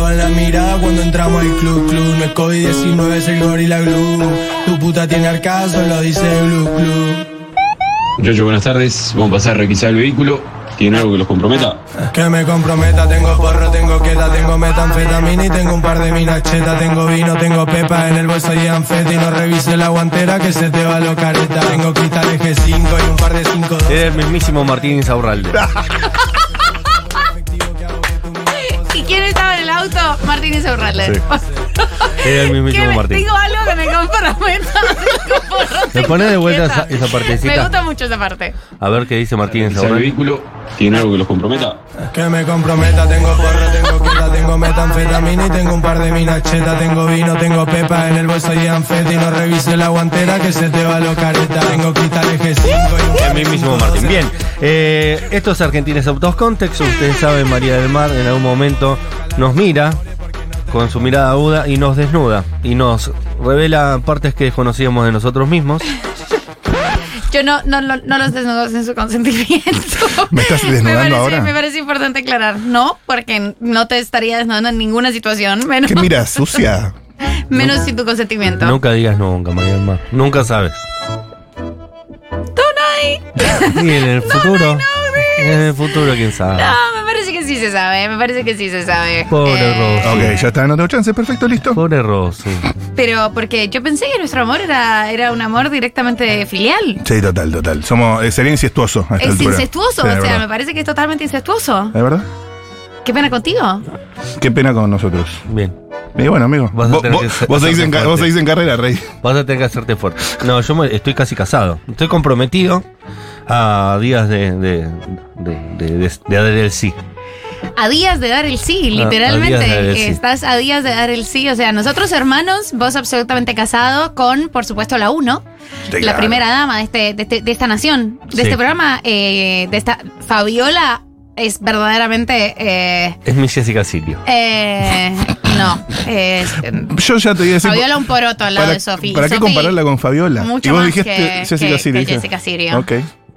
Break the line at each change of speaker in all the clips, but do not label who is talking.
la mirada cuando entramos al club club. No es COVID-19, es el gorila glue. Tu puta tiene arcazo, lo dice Blue Club.
Yoyo, buenas tardes. Vamos a pasar a requisar el vehículo. ¿Tiene algo que los comprometa?
Que me comprometa, tengo porro, tengo queta, tengo metanfetamina y tengo un par de minas cheta, tengo vino, tengo pepa en el bolso y anfeta y no revise la guantera que se te va lo careta. Tengo cristales G5 y un par de 5
Era el mismísimo Martín Insaurralde.
¿Y quién estaba en el auto? Martínez Urralde.
Sí. Era el mismísimo Martín.
Digo algo que me comprometa.
¿Me pones de vuelta esa- esa partecita?
Me gusta mucho esa parte.
A ver qué dice Martín
¿Requisar el
Insaurralde.
vehículo? ¿Tiene algo que los comprometa?
Que me comprometa, tengo porro, tengo queta, tengo metanfetamina y tengo un par de minas cheta, tengo vino, tengo pepa en el bolso y anfeta y no revise la guantera que se te va lo careta. Tengo cristales G5 y un par
El
de 5
mismísimo Martín. Bien, eh, esto es Argentines Autos Context. Ustedes saben, María del Mar en algún momento nos mira con su mirada aguda y nos desnuda y nos revela partes que desconocíamos de nosotros mismos.
Yo no, no, no, no los desnudo sin su consentimiento.
¿Me estás desnudando
me parece,
ahora?
Me parece importante aclarar. No, porque no te estaría desnudando en ninguna situación, menos,
¿Qué mira sucia?
menos sin tu consentimiento.
Nunca digas nunca, María del Mar. Nunca sabes.
Tonight.
Y en el futuro. En el futuro, quién sabe.
No, me parece que sí se sabe, me parece que sí se sabe. Eh,
Pobre Rosa.
Ok, ya está, no tengo chance, perfecto, listo.
Pobre Rosy.
Pero porque yo pensé que nuestro amor era, era un amor directamente filial.
Sí, total, total. Somos, eh, sería incestuoso a esta
Es
altura.
incestuoso,
Sí,
o
es
sea,
verdad.
me parece que es totalmente incestuoso.
¿Es verdad?
Qué pena contigo.
Qué pena con nosotros.
Bien.
Y bueno, amigo,
Vas a
vos,
tener
vos-
que ser-
vos seguís en, ca-
hacerte
vos seguís en carrera, Rey.
Vas a tener que hacerte fuerte. No, yo me- estoy casi casado. Estoy comprometido a días de, de, de, de, de- de dar el sí.
A días de dar el sí,
A- a
literalmente.
días de dar el sí.
Estás a días de dar el sí. O sea, nosotros hermanos, vos absolutamente casado con, por supuesto, la uno,
Sí,
la
claro.
primera dama de, este, de, este- de esta nación, de
Sí.
este programa, eh, de esta Fabiola. Es verdaderamente. eh,
Es mi Jessica Silvio.
eh, no. es- eh,
Yo ya te voy a decir.
Fabiola un poroto al lado
¿Para,
de Sofi.
¿para qué
Sofi,
compararla con Fabiola?
mucho
y vos
más
dijiste
que-
Jessica
que- que
Sirio.
Jessica Sirio.
Ok.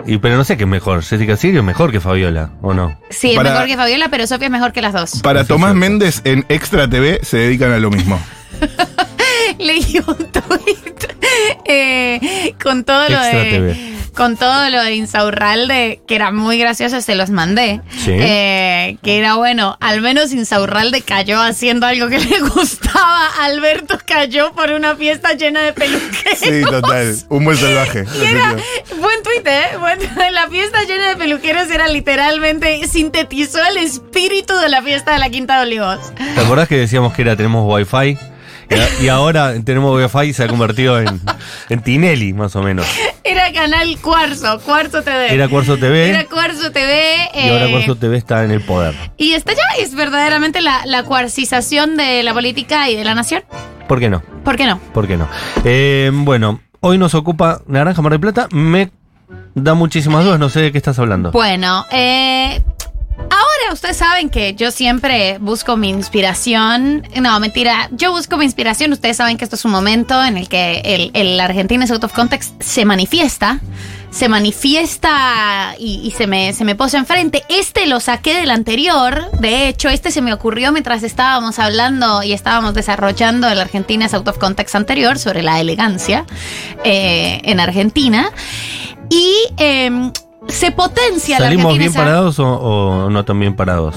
Y, pero no sé qué es mejor. Jessica Silvio es mejor que Fabiola, ¿o no?
Sí, es
Para-
mejor que Fabiola, pero Sofía es mejor que las dos.
Para
Sí,
Tomás
cierto.
Méndez en Extra TV se dedican a lo mismo.
Leí un tuit eh, con todo lo
Extra
de.
TV.
Con todo lo de Insaurralde, que era muy gracioso, se los mandé.
Sí.
Eh, que era bueno, al menos Insaurralde cayó haciendo algo que le gustaba. Alberto cayó por una fiesta llena de peluqueros.
Sí, total. Un buen salvaje.
Y era buen tuit, ¿eh? Buen- la fiesta llena de peluqueros era literalmente sintetizó el espíritu de la fiesta de la Quinta de Olivos.
¿Te acordás que decíamos que era tenemos wifi? Y a- Y ahora tenemos wifi y se ha convertido en, en Tinelli, más o menos.
Era Canal Cuarzo, Cuarzo TV.
Era Cuarzo TV
Era Cuarzo TV.
¿Eh? y ahora
eh,
Cuarzo TV está en el poder.
y esta ya es verdaderamente la, la cuarcización de la política y de la nación.
¿Por qué no?
¿Por qué no?
¿Por qué no? Eh, bueno, hoy nos ocupa Naranja Mar del Plata. Me da muchísimas dudas, no sé de qué estás
Pues
hablando.
Bueno, eh, ahora ustedes saben que yo siempre busco mi inspiración. No, mentira, yo busco mi inspiración. Ustedes saben que esto es un momento en el que el, el argentino es out of context se manifiesta. Se manifiesta y, y se, me, se me posa enfrente. Este lo saqué del anterior. De hecho, este se me ocurrió mientras estábamos hablando y estábamos desarrollando el Argentina es out of context anterior sobre la elegancia eh, en Argentina. Y em, se potencia la
¿Salimos
Argentina.
bien
es-
parados o, o no tan bien parados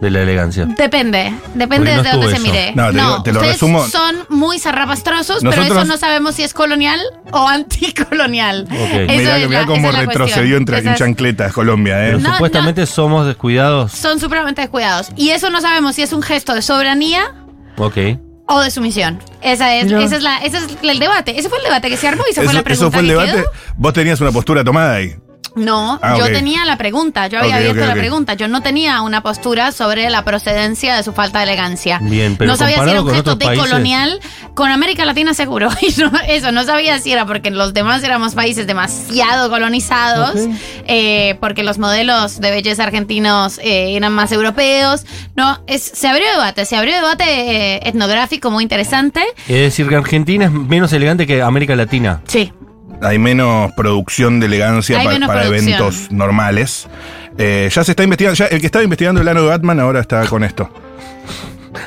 de la elegancia?
Depende,
Porque
depende
no
de dónde
estuve
se
yo.
mire.
No, te digo- te lo
ustedes
resumo.
son muy zarrapastrosos, pero eso
Nosotros-
no sabemos si es colonial o anticolonial.
Ok.
Eso
Mirá,
es
mirá
la- esa
cómo
es la
retrocedió
cuestión.
entre
Esa
en
es-
chancletas Colombia, ¿eh?
Pero
No,
supuestamente somos descuidados.
Son supremamente descuidados. Y eso no sabemos si es un gesto de soberanía
Ok.
o de sumisión. Esa es,
No.
esa es la, ese es el debate. Ese fue el debate que se armó y esa
Eso,
fue la pregunta.
eso fue el
que
debate.
quedó.
Vos tenías una postura tomada ahí.
No,
Ah,
yo
ok.
tenía la pregunta, yo había
Ok,
abierto
ok,
la
ok.
pregunta, yo no tenía una postura sobre la procedencia de su falta de elegancia.
Bien, pero
no sabía si
comparado
era un
con
gesto
otros países-
decolonial con América Latina seguro. Y no- eso, no sabía si era porque los demás éramos países demasiado colonizados,
Ok.
eh, porque los modelos de belleza argentinos eh, eran más europeos. No, es- se abrió debate, se abrió debate eh, etnográfico muy interesante.
Es decir, que Argentina es menos elegante que América Latina.
Sí,
Hay menos producción de elegancia
Hay
pa-
menos
para
producción.
eventos normales. Eh, ya se está investigando, ya el que estaba investigando el ano de Batman ahora está con esto.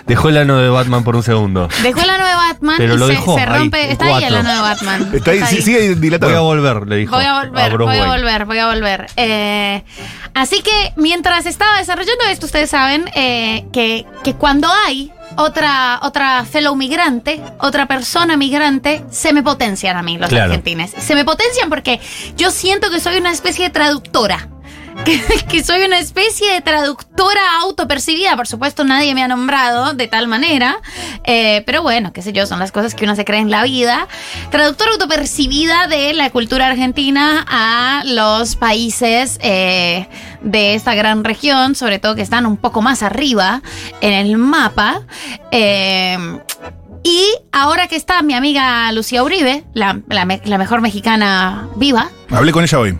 Dejó el ano de Batman por un segundo.
Dejó el ano de Batman
Pero
y
lo
se,
dejó
se
ahí,
rompe.
en
está ahí el
cuatro.
ano de Batman.
Está ahí, sí, sigue dilatado.
Voy a volver, le dijo.
Voy a volver,
Bruce
voy a
Wayne.
volver, voy a volver. Eh, así que mientras estaba desarrollando esto, ustedes saben eh, que, que cuando hay otra, otra fellow migrante, otra persona migrante, se me potencian a mí los
Claro.
argentines. Se me potencian porque yo siento que soy una especie de traductora. Que, que soy una especie de traductora autopercibida. Por supuesto, nadie me ha nombrado de tal manera. eh, pero bueno, qué sé yo, son las cosas que uno se cree en la vida. Traductora autopercibida de la cultura argentina a los países eh, de esta gran región, sobre todo que están un poco más arriba en el mapa. Eh, y ahora que está mi amiga Lucía Uribe, la, la me- la mejor mexicana viva,
Hablé con ella hoy.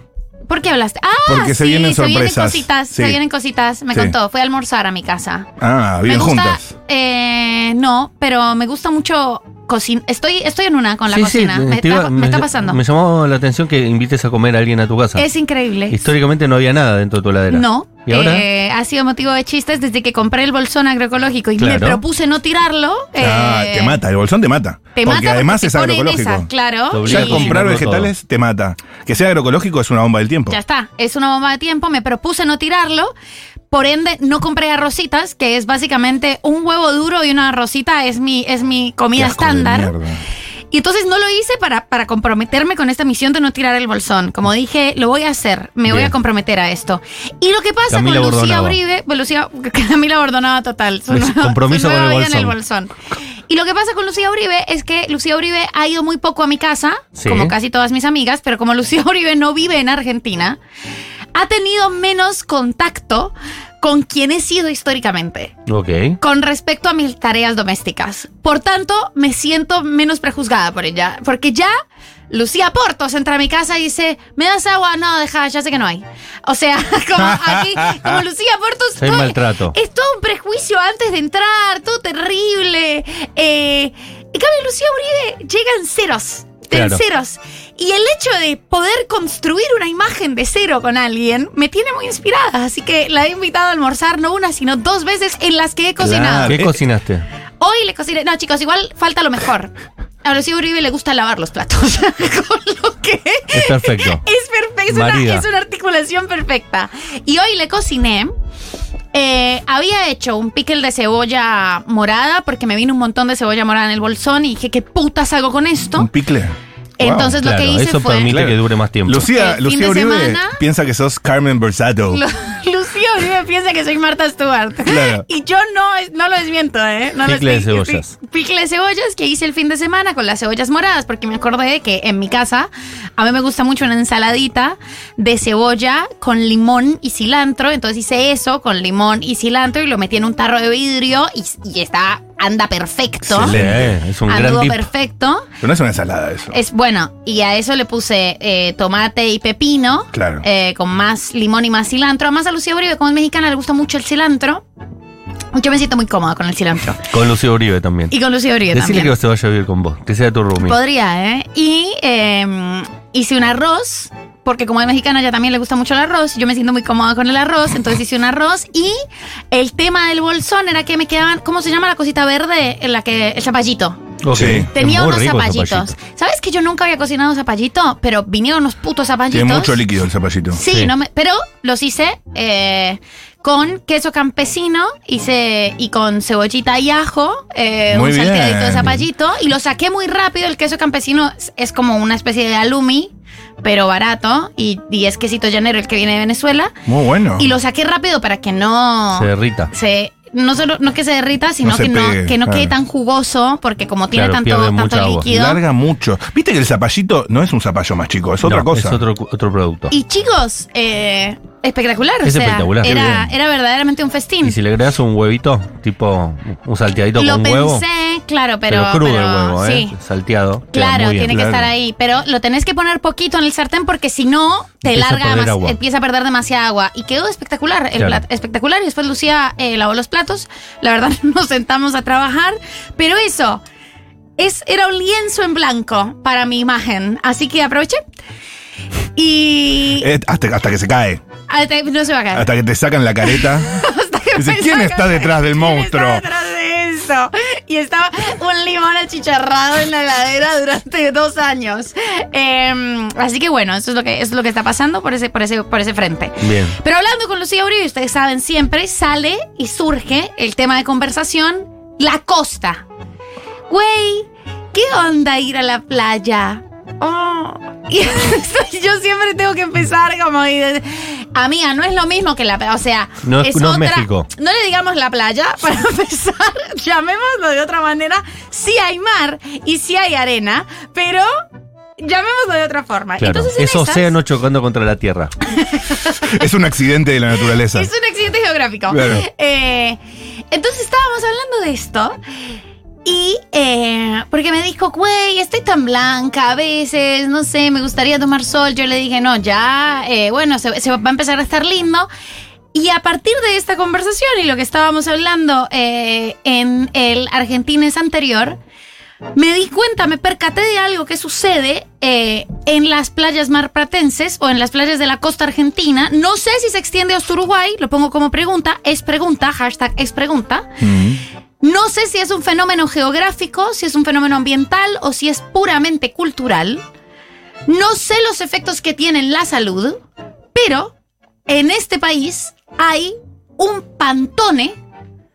¿Por qué hablaste? Ah,
Porque se
sí,
vienen sorpresas.
Se vienen cositas, se
Sí.
vienen cositas. Me
Sí.
contó, fue a almorzar a mi casa.
Ah, viven
me gusta,
juntas.
eh, no, pero me gusta mucho cocinar. Estoy, estoy en una con la
Sí, sí,
cocina. me,
te
está,
iba-
me está pasando.
Me llamó la atención que invites a comer a alguien a tu casa.
es increíble.
Históricamente no había nada dentro de tu heladera.
No.
¿Y ahora?
eh, ha sido motivo de chistes desde que compré el bolsón agroecológico y me
Claro.
propuse no tirarlo.
Ah,
eh,
te mata, el bolsón te mata.
Te
porque
mata
además
te
es
pone en
agroecológico.
esa,
Te
claro.
obliga
Ya
Sí.
comprar
Cocinarlo
vegetales te mata. Que sea agroecológico es una bomba del tiempo.
Ya está, es una bomba de tiempo, me propuse no tirarlo, por ende no compré arrocitas, que es básicamente un huevo duro y una arrocita, es mi, es mi
Qué
comida
asco de
estándar.
mierda.
Y entonces no lo hice para, para comprometerme con esta misión de no tirar el bolsón. Como dije, lo voy a hacer, me voy
Bien.
a comprometer a esto. Y lo que pasa
Camila
con Lucía
Bordonaba.
Uribe, bueno, Lucía, Camila Bordonaba total, su
Es
nueva-
compromiso
su
con el
nueva vida en el bolsón. Y lo que pasa con Lucía Uribe es que Lucía Uribe ha ido muy poco a mi casa,
Sí.
como casi todas mis amigas, pero como Lucía Uribe no vive en Argentina, ha tenido menos contacto con quien he sido históricamente
Ok.
con respecto a mis tareas domésticas. Por tanto, me siento menos prejuzgada por ella, porque ya Lucía Portos entra a mi casa y dice, ¿me das agua? No, deja, ya sé que no hay. O sea, como aquí, como Lucía Portos...
Hay
todo-
maltrato.
Es todo un prejuicio antes de entrar, todo terrible. Eh, en cambio, Lucía Uribe llega en ceros. En
Claro.
ceros. Y el hecho de poder construir una imagen de cero con alguien me tiene muy inspirada. Así que la he invitado a almorzar no una, sino dos veces en las que he cocinado.
Claro.
¿Qué
eh,
cocinaste?
Hoy le cociné. No, chicos, igual falta lo mejor. A Lucía Uribe le gusta lavar los platos. con lo que
Es perfecto.
es perfecto, es una,
Marida.
es una articulación perfecta. Y hoy le cociné. eh, había hecho un pickle de cebolla morada porque me vino un montón de cebolla morada en el bolsón y dije, ¿qué putas hago con
¿Un
esto?
picle?
Entonces lo
Mm, claro,
que hice
eso
fue...
permite
Claro.
que dure más tiempo.
El
Lucía,
Eh, fin
Lucía
de
Uribe
semana-
piensa que sos Carmen Versato.
Lu- Lucía Uribe piensa que soy Marta Stewart.
Claro.
Y yo no, es- no lo desmiento, ¿eh? No lo
Picle de
estoy-
cebollas.
estoy- Picle de cebollas que hice el fin de semana con las cebollas moradas, porque me acordé de que en mi casa a mí me gusta mucho una ensaladita de cebolla con limón y cilantro. Entonces hice eso con limón y cilantro y lo metí en un tarro de vidrio y, y está, anda perfecto.
Sí,
Excelente.
eh, es un gran
Anduvo
tip.
perfecto.
Pero no es una ensalada eso.
Es bueno, y a eso le puse eh, tomate y pepino.
Claro.
eh, con más limón y más cilantro. Además, a Lucía Uribe, como es mexicana, le gusta mucho el cilantro. Yo me siento muy cómoda con el cilantro.
Con Lucía Uribe también.
Y con Lucía Uribe
Decirle que
también.
se vaya a vivir con vos, que sea tu roomie.
Podría, ¿eh? Y eh, hice un arroz, porque como es mexicana, ya también le gusta mucho el arroz. Yo me siento muy cómoda con el arroz, entonces hice un arroz. Y el tema del bolsón era que me quedaban, ¿cómo se llama la cosita verde? En la que, el zapallito.
Ok.
Sí.
Es
Tenía
muy
unos
rico el
zapallitos.
zapallito.
¿Sabes que yo nunca había cocinado zapallito? Pero vinieron unos putos zapallitos.
Tiene mucho líquido el zapallito.
Sí,
Sí.
No me, pero los hice eh, con queso campesino hice y con cebollita y ajo, eh,
Muy
un
bien.
salteadito de zapallito y lo saqué muy rápido. El queso campesino es, es como una especie de alumi, pero barato y, y es quesito llanero el que viene de Venezuela.
Muy bueno.
Y lo saqué rápido para que no
Ah. Se derrita.
se- no solo no que se derrita, sino
se
que, no,
pegue,
que no
claro.
quede tan jugoso porque como tiene
Claro, pierde
tanto,
mucha
tanto
agua.
líquido.
Larga mucho. Viste que el zapallito no es un zapallo más chico, es otra
No,
cosa.
Es otro, cu- otro producto. Y,
Y chicos, eh, espectacular.
Es
o sea,
espectacular. Qué
Era,
bien.
era verdaderamente un festín.
si le agregas un huevito, tipo un salteadito
Lo
con
pensé,
huevo.
claro, pero.
crudo
pero
el huevo, ¿eh?
Sí.
Salteado. queda
Claro,
muy bien.
tiene que
claro.
estar ahí, pero lo tenés que poner poquito en el sartén porque si no te
Empieza a
larga,
perder
demas-
agua.
empieza a perder demasiada agua y quedó espectacular, el
Claro.
plato- espectacular y después Lucía eh, lavó los platos, la verdad nos sentamos a trabajar, pero eso es era un lienzo en blanco para mi imagen, así que aproveché y
Eh, hasta, hasta que se cae.
Eh,
Ah, te- no se va a caer.
Hasta que te sacan la careta.
Hasta que
Dice,
me
¿quién
saca-
está detrás del
¿Quién está
monstruo?
detrás de eso. Y estaba un limón achicharrado en la heladera durante dos años. Em, así que bueno, eso es lo que, eso es lo que está pasando por ese, por ese, por ese frente.
Bien.
Pero hablando con Lucía Uribe, ustedes saben, siempre sale y surge el tema de conversación, la costa. Güey, ¿qué onda ir a la playa? Oh. Y yo siempre tengo que empezar como... y- Amiga, no es lo mismo que la playa, o sea...
No es- no es México.
No le digamos la playa, para empezar, llamémoslo de otra manera. Sí hay mar y sí hay arena, pero llamémoslo de otra forma.
Claro.
Entonces, en
Es
esas-
océano chocando contra la tierra.
Es un accidente de la naturaleza.
Es un accidente geográfico.
Claro.
Eh, entonces estábamos hablando de esto. Y eh, porque me dijo, güey, estoy tan blanca a veces, no sé, me gustaría tomar sol. Yo le dije, no, ya, eh, bueno, se, se va a empezar a estar lindo. Y a partir de esta conversación y lo que estábamos hablando eh, en el Argentines anterior, me di cuenta, me percaté de algo que sucede eh, en las playas marplatenses o en las playas de la costa argentina. No sé si se extiende hasta Uruguay, lo pongo como pregunta, es pregunta, hashtag es pregunta.
Mm.
No sé si es un fenómeno geográfico, si es un fenómeno ambiental o si es puramente cultural. No sé los efectos que tiene en la salud, pero en este país hay un pantone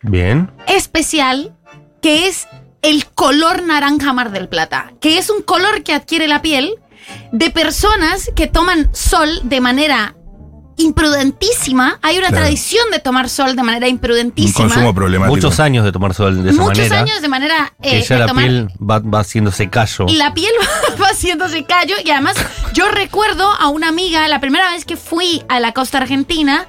Bien.
especial que es el color naranja Mar del Plata, que es un color que adquiere la piel de personas que toman sol de manera imprudentísima. Hay una
Claro.
tradición de tomar sol de manera
Un
imprudentísima.
consumo problemático.
Muchos años de tomar sol de esa
Muchos
manera.
años de manera eh,
que ya
de
la
tomar-
piel va, va haciéndose callo.
y la piel va haciéndose callo. Y además, yo recuerdo a una amiga, la primera vez que fui a la costa argentina,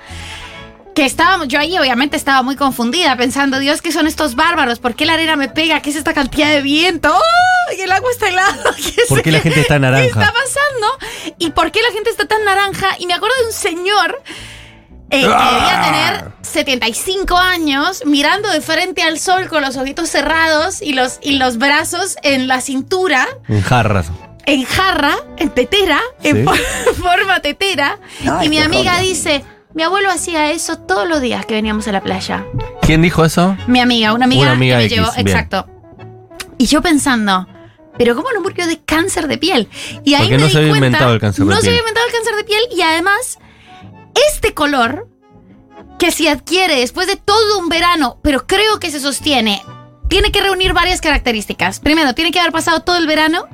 que estábamos, yo ahí obviamente estaba muy confundida, pensando, Dios, ¿qué son estos bárbaros? ¿Por qué la arena me pega? ¿Qué es esta cantidad de viento? ¡Oh! Y el agua está helada. ¿Qué es
¿Por qué la gente está
¿Qué está
naranja?
pasando? ¿Y por qué la gente está tan naranja? Y me acuerdo de un señor eh, que
¡Ah!
debía tener 75 años, mirando de frente al sol con los ojitos cerrados y los, y los brazos en la cintura,
En jarras.
en jarra, en tetera, en for- forma tetera. y mi amiga dice, mi abuelo hacía eso todos los días que veníamos a la playa.
¿Quién dijo eso?
Mi amiga, una amiga,
Una amiga
que me
X,
llevó,
bien.
exacto. Y yo pensando, pero ¿cómo no murió de cáncer de piel? Y ahí
Porque
me
no
di
se había
cuenta,
inventado el cáncer de
no se
piel.
había inventado el cáncer de piel y además este color que se adquiere después de todo un verano, pero creo que se sostiene, tiene que reunir varias características. Primero, tiene que haber pasado todo el verano.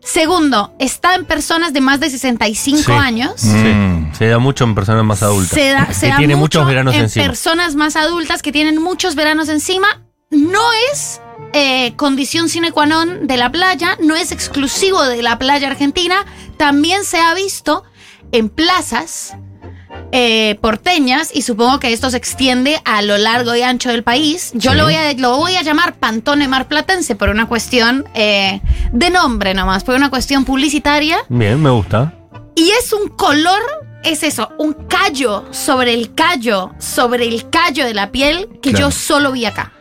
Segundo, está en personas de más de 65
Sí.
años.
Mm.
Sí. Se da mucho en personas más adultas.
Se da, se
que
da
tiene
mucho
muchos veranos
en
encima.
personas más adultas que tienen muchos veranos encima. No es eh, condición sine qua non de la playa, no es exclusivo de la playa argentina. También se ha visto en plazas eh, porteñas y supongo que esto se extiende a lo largo y ancho del país. Yo
Sí.
lo, voy a, lo voy a llamar Pantone Marplatense por una cuestión eh, de nombre nomás, por una cuestión publicitaria.
Bien, me gusta.
Y es un color, es eso, un callo sobre el callo, sobre el callo de la piel que
Claro.
yo solo vi acá.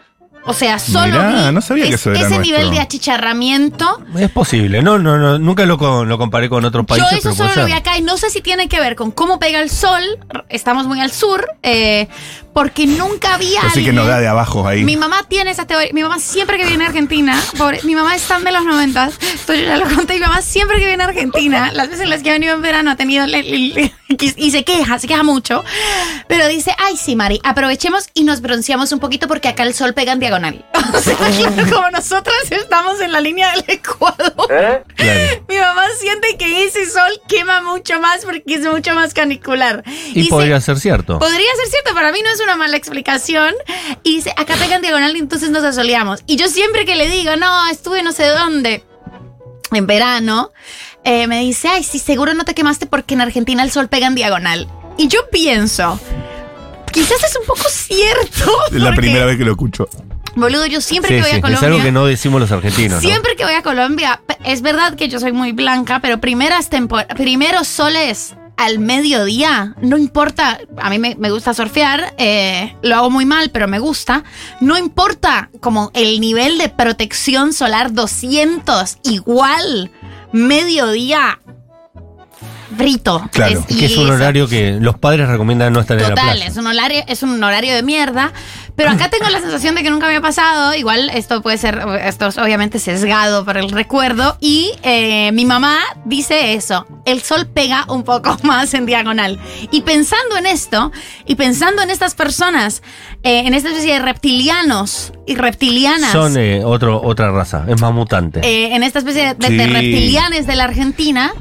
O sea, solo
Mirá,
vi
no sabía que
es-
eso era
ese
nuestro.
nivel de achicharramiento.
Es posible. No, no, no. Nunca lo, co- lo comparé con otros países,
yo eso
pero puede
solo lo vi
ser.
acá y no sé si tiene que ver con cómo pega el sol. Estamos muy al sur, eh, porque nunca vi a
Así que nos da de abajo
mi
ahí.
mamá tiene esa teoría. Mi mamá siempre que viene a Argentina, pobre, mi mamá es tan de los 90, esto yo ya lo conté. Mi mamá siempre que viene a Argentina, las veces en las que ha venido en verano ha tenido. le- le- le- y se queja, se queja mucho. Pero dice: Ay, sí, Mari, aprovechemos y nos bronceamos un poquito porque acá el sol pega en diagonal. O sea, como nosotras estamos en la línea del Ecuador.
Claro.
Mi mamá siente que ese sol quema mucho más porque es mucho más canicular.
Y,
se-
podría ser cierto.
Podría ser cierto, para mí no es una mala explicación. Y dice, acá pegan diagonal y entonces nos asoleamos. Y yo siempre que le digo, no, estuve no sé dónde en verano, eh, me dice, ay, sí, seguro no te quemaste porque en Argentina el sol pega en diagonal. Y yo pienso, quizás es un poco cierto.
Es la
porque,
primera vez que lo escucho.
Boludo, yo siempre
Sí,
que voy
sí.
a Colombia...
Es algo que no decimos los argentinos. ¿no?
Siempre que voy a Colombia, p- es verdad que yo soy muy blanca, pero primeras tempor- primeros soles al mediodía, no importa, a mí me, me gusta surfear, eh, lo hago muy mal, pero me gusta, no importa como el nivel de protección solar 200, igual, mediodía, cabrito.
Claro.
Que es un
y-
horario que los padres recomiendan no estar en la
Total,
playa.
es un horario, es un horario de mierda. Pero acá tengo la sensación de que nunca me ha pasado. Igual esto puede ser, esto es obviamente sesgado por el recuerdo. Y eh, mi mamá dice eso: el sol pega un poco más en diagonal. Y pensando en esto, y pensando en estas personas, eh, en esta especie de reptilianos y reptilianas.
Son eh, otro, otra raza, es más mutante.
eh, en esta especie de, de
Sí.
reptilianes de la Argentina,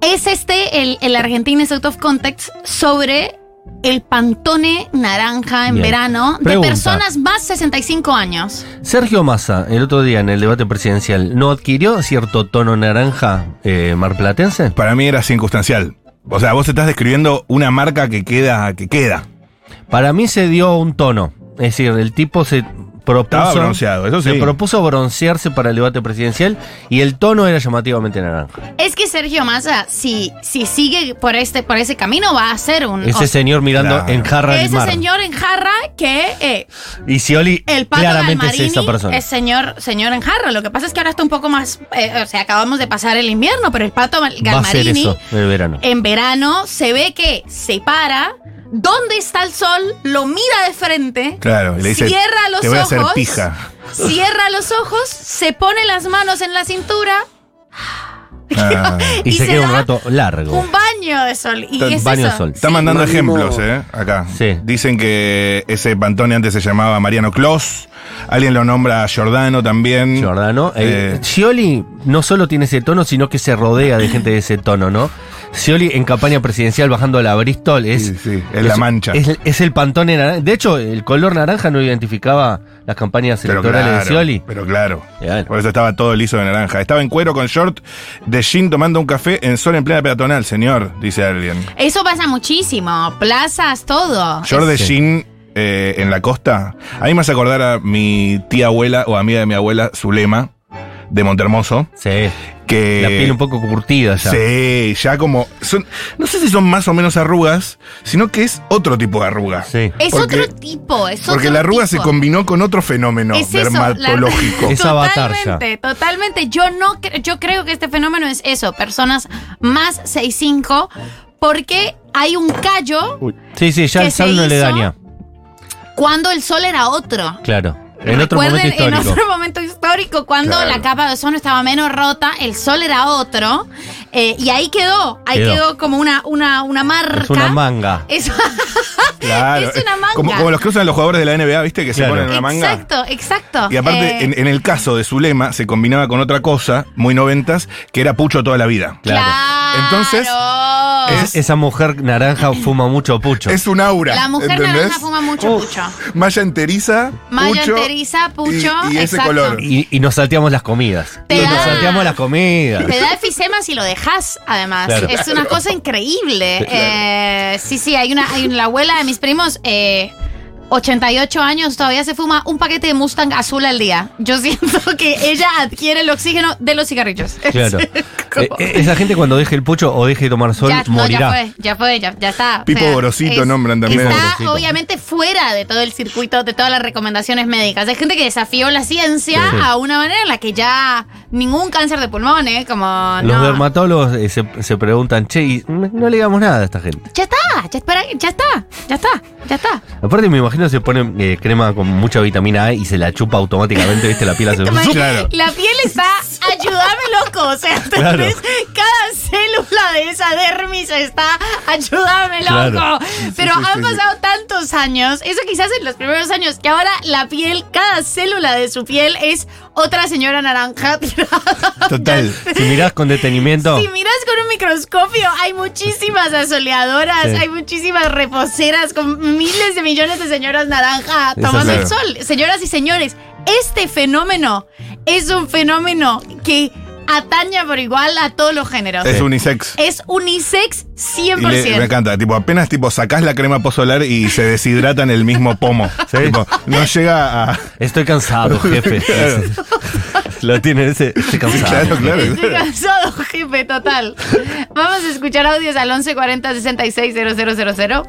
es este el, el Argentina is out of context sobre el pantone naranja en
Bien.
verano de
Pregunta.
personas más 65 años.
Sergio Massa, el otro día en el debate presidencial, ¿no adquirió cierto tono naranja eh, marplatense?
Para mí era circunstancial. O sea, vos estás describiendo una marca que queda, que queda.
Para mí se dio un tono. Es decir, el tipo se
Estaba
propuso.
bronceado, eso sí.
Se propuso broncearse para el debate presidencial y el tono era llamativamente naranja.
Es que Sergio Massa, si, si sigue por este por ese camino, va a ser un...
Ese
o-
señor mirando
Claro.
en jarra del
ese
mar.
señor en jarra que eh,
Y Scioli
el pato
claramente es
Galmarini
esa persona.
es señor, señor en jarra. Lo que pasa es que ahora está un poco más... eh, o sea, acabamos de pasar el invierno, pero el pato Galmarini... eh,
Va a ser eso el verano.
en verano se ve que se para, ¿dónde está el sol? Lo mira de frente.
Claro, y le dice,
cierra los
te voy a
ojos.
hacer pija.
Cierra los ojos, se pone las manos en la cintura
Ah,
y, se, queda un
da
rato largo.
un baño de sol. Y
Un
es
baño de
eso.
sol.
Están mandando ejemplos, ¿eh? Acá.
Sí.
Dicen que ese Pantone antes se llamaba Mariano Clos. Alguien lo nombra Giordano también.
Giordano. eh,
Eh,
Scioli no solo tiene ese tono, sino que se rodea de gente de ese tono, ¿no? Scioli en campaña presidencial bajando a la Bristol es.
Sí, sí, es la mancha.
Es, es el pantone naranja. De hecho, el color naranja no identificaba las campañas
pero
electorales
claro,
de Scioli. Eh,
pero claro.
Claro.
Por eso estaba todo liso de naranja. Estaba en cuero con short de jean tomando un café en sol en plena peatonal, señor, dice alguien.
Eso pasa muchísimo. Plazas, todo.
Short de
Sí.
jean eh, en la costa. A mí me hace acordar a mi tía abuela o amiga de mi abuela, Zulema, de Montermoso,
Sí.
que...
la piel un poco curtida ya.
Eh, Sí, ya como. Son, no sé si son más o menos arrugas, sino que es otro tipo de arruga.
Sí.
Es
Porque-
otro tipo. Es
Porque
otro
la arruga se
tipo.
combinó con otro fenómeno
Es eso,
dermatológico.
la-
Es avatar ya.
Totalmente, totalmente. Yo no cre- yo creo que este fenómeno es eso, personas más 65 porque hay un callo
Sí, sí, ya
que
el
se
sal no le
hizo-
daña.
cuando el sol era otro.
Claro. En otro
Recuerden,
momento histórico.
En otro momento histórico, cuando
Claro.
la capa de ozono estaba menos rota, el sol era otro, eh, y ahí quedó, ahí
Quedó.
quedó, como una, una, una marca.
Es una manga.
Es-
Claro.
Es una manga.
Como, como los que usan los jugadores de la NBA, ¿viste? Que
Claro.
se ponen una manga.
exacto, exacto.
Y aparte,
Eh,
en, en el caso de Zulema, se combinaba con otra cosa, muy noventas, que era pucho toda la vida.
Claro.
claro.
Entonces,
Oh.
Es- esa mujer naranja fuma mucho pucho.
Es un aura.
la mujer
¿entendés?
naranja fuma mucho,
Uf.
mucho.
Malla enteriza.
Malla
pucho
enteriza, pucho,
Y, y ese
exacto.
color.
y, y nos salteamos las comidas.
Te
Y nos
da-
salteamos las comidas.
Te da efisema si lo dejas, además.
Claro.
Es una cosa increíble. Eh, sí, sí, hay una, hay una la abuela de mis primos, eh, 88 años, todavía se fuma un paquete de Mustang azul al día. Yo siento que ella adquiere el oxígeno de los cigarrillos.
Claro. Eh,
Como-
eh, esa gente cuando deje el pucho o deje de tomar sol
ya, no, ya
morirá.
fue, ya fue, ya, ya está.
Pipo Gorosito nombran también.
Está
Pipo Gorosito.
obviamente fuera de todo el circuito, de todas las recomendaciones médicas. Hay gente que desafió la ciencia
Sí.
a una manera en la que ya ningún cáncer de pulmón, ¿eh? Como
Los
no.
dermatólogos eh, se, se preguntan, che, y no no le digamos nada a esta gente.
Ya está, ya, espera, ya está, ya está, ya está.
Aparte me imagino se pone eh, crema con mucha vitamina E y se la chupa automáticamente, viste, la piel hace...
Como-
Claro.
La piel está, ayúdame loco, o sea, ¿entendés? Cada célula de esa dermis está, ayúdame loco.
Claro.
Pero
sí, sí,
han
sí.
pasado tantos años, eso quizás en los primeros años, que ahora la piel, cada célula de su piel es otra señora naranja tirada.
Total.
Si mirás con detenimiento...
Si miras con un microscopio, hay muchísimas asoleadoras,
Sí.
hay muchísimas reposeras con miles de millones de señoras naranja
Eso
tomando el
sí.
sol. Señoras y señores, este fenómeno es un fenómeno que ataña por igual a todos los géneros.
Es unisex.
Es unisex
Eh. Y le- me
100%.
encanta, tipo, apenas tipo sacás la crema posolar y se deshidrata en el mismo pomo. Tipo, no llega a.
Estoy cansado, jefe. Lo tiene ese. Estoy cansado.
Claro, claro.
Estoy cansado, jefe, total. Vamos a escuchar audios al 1140 66 000.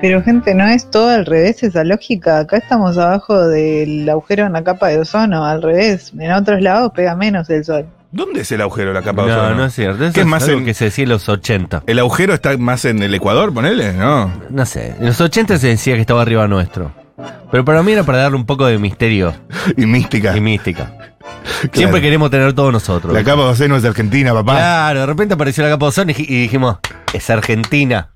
Pero gente, no es todo al revés esa lógica. Acá estamos abajo del agujero en la capa de ozono, al revés. En otros lados pega menos el sol.
¿Dónde es el agujero de la capa
No,
de ozono?
no es cierto. Eso
¿Qué es más
algo
en-
que se decía en los 80.
¿El agujero está más en el Ecuador, ponele? No.
No sé. En los 80 se decía que estaba arriba nuestro. Pero para mí era para darle un poco de misterio
Y mística.
y mística. Siempre queremos tener todos nosotros.
La capa de ozono es de Argentina, papá.
Claro, de repente apareció la capa de ozono y, y dijimos, es Argentina.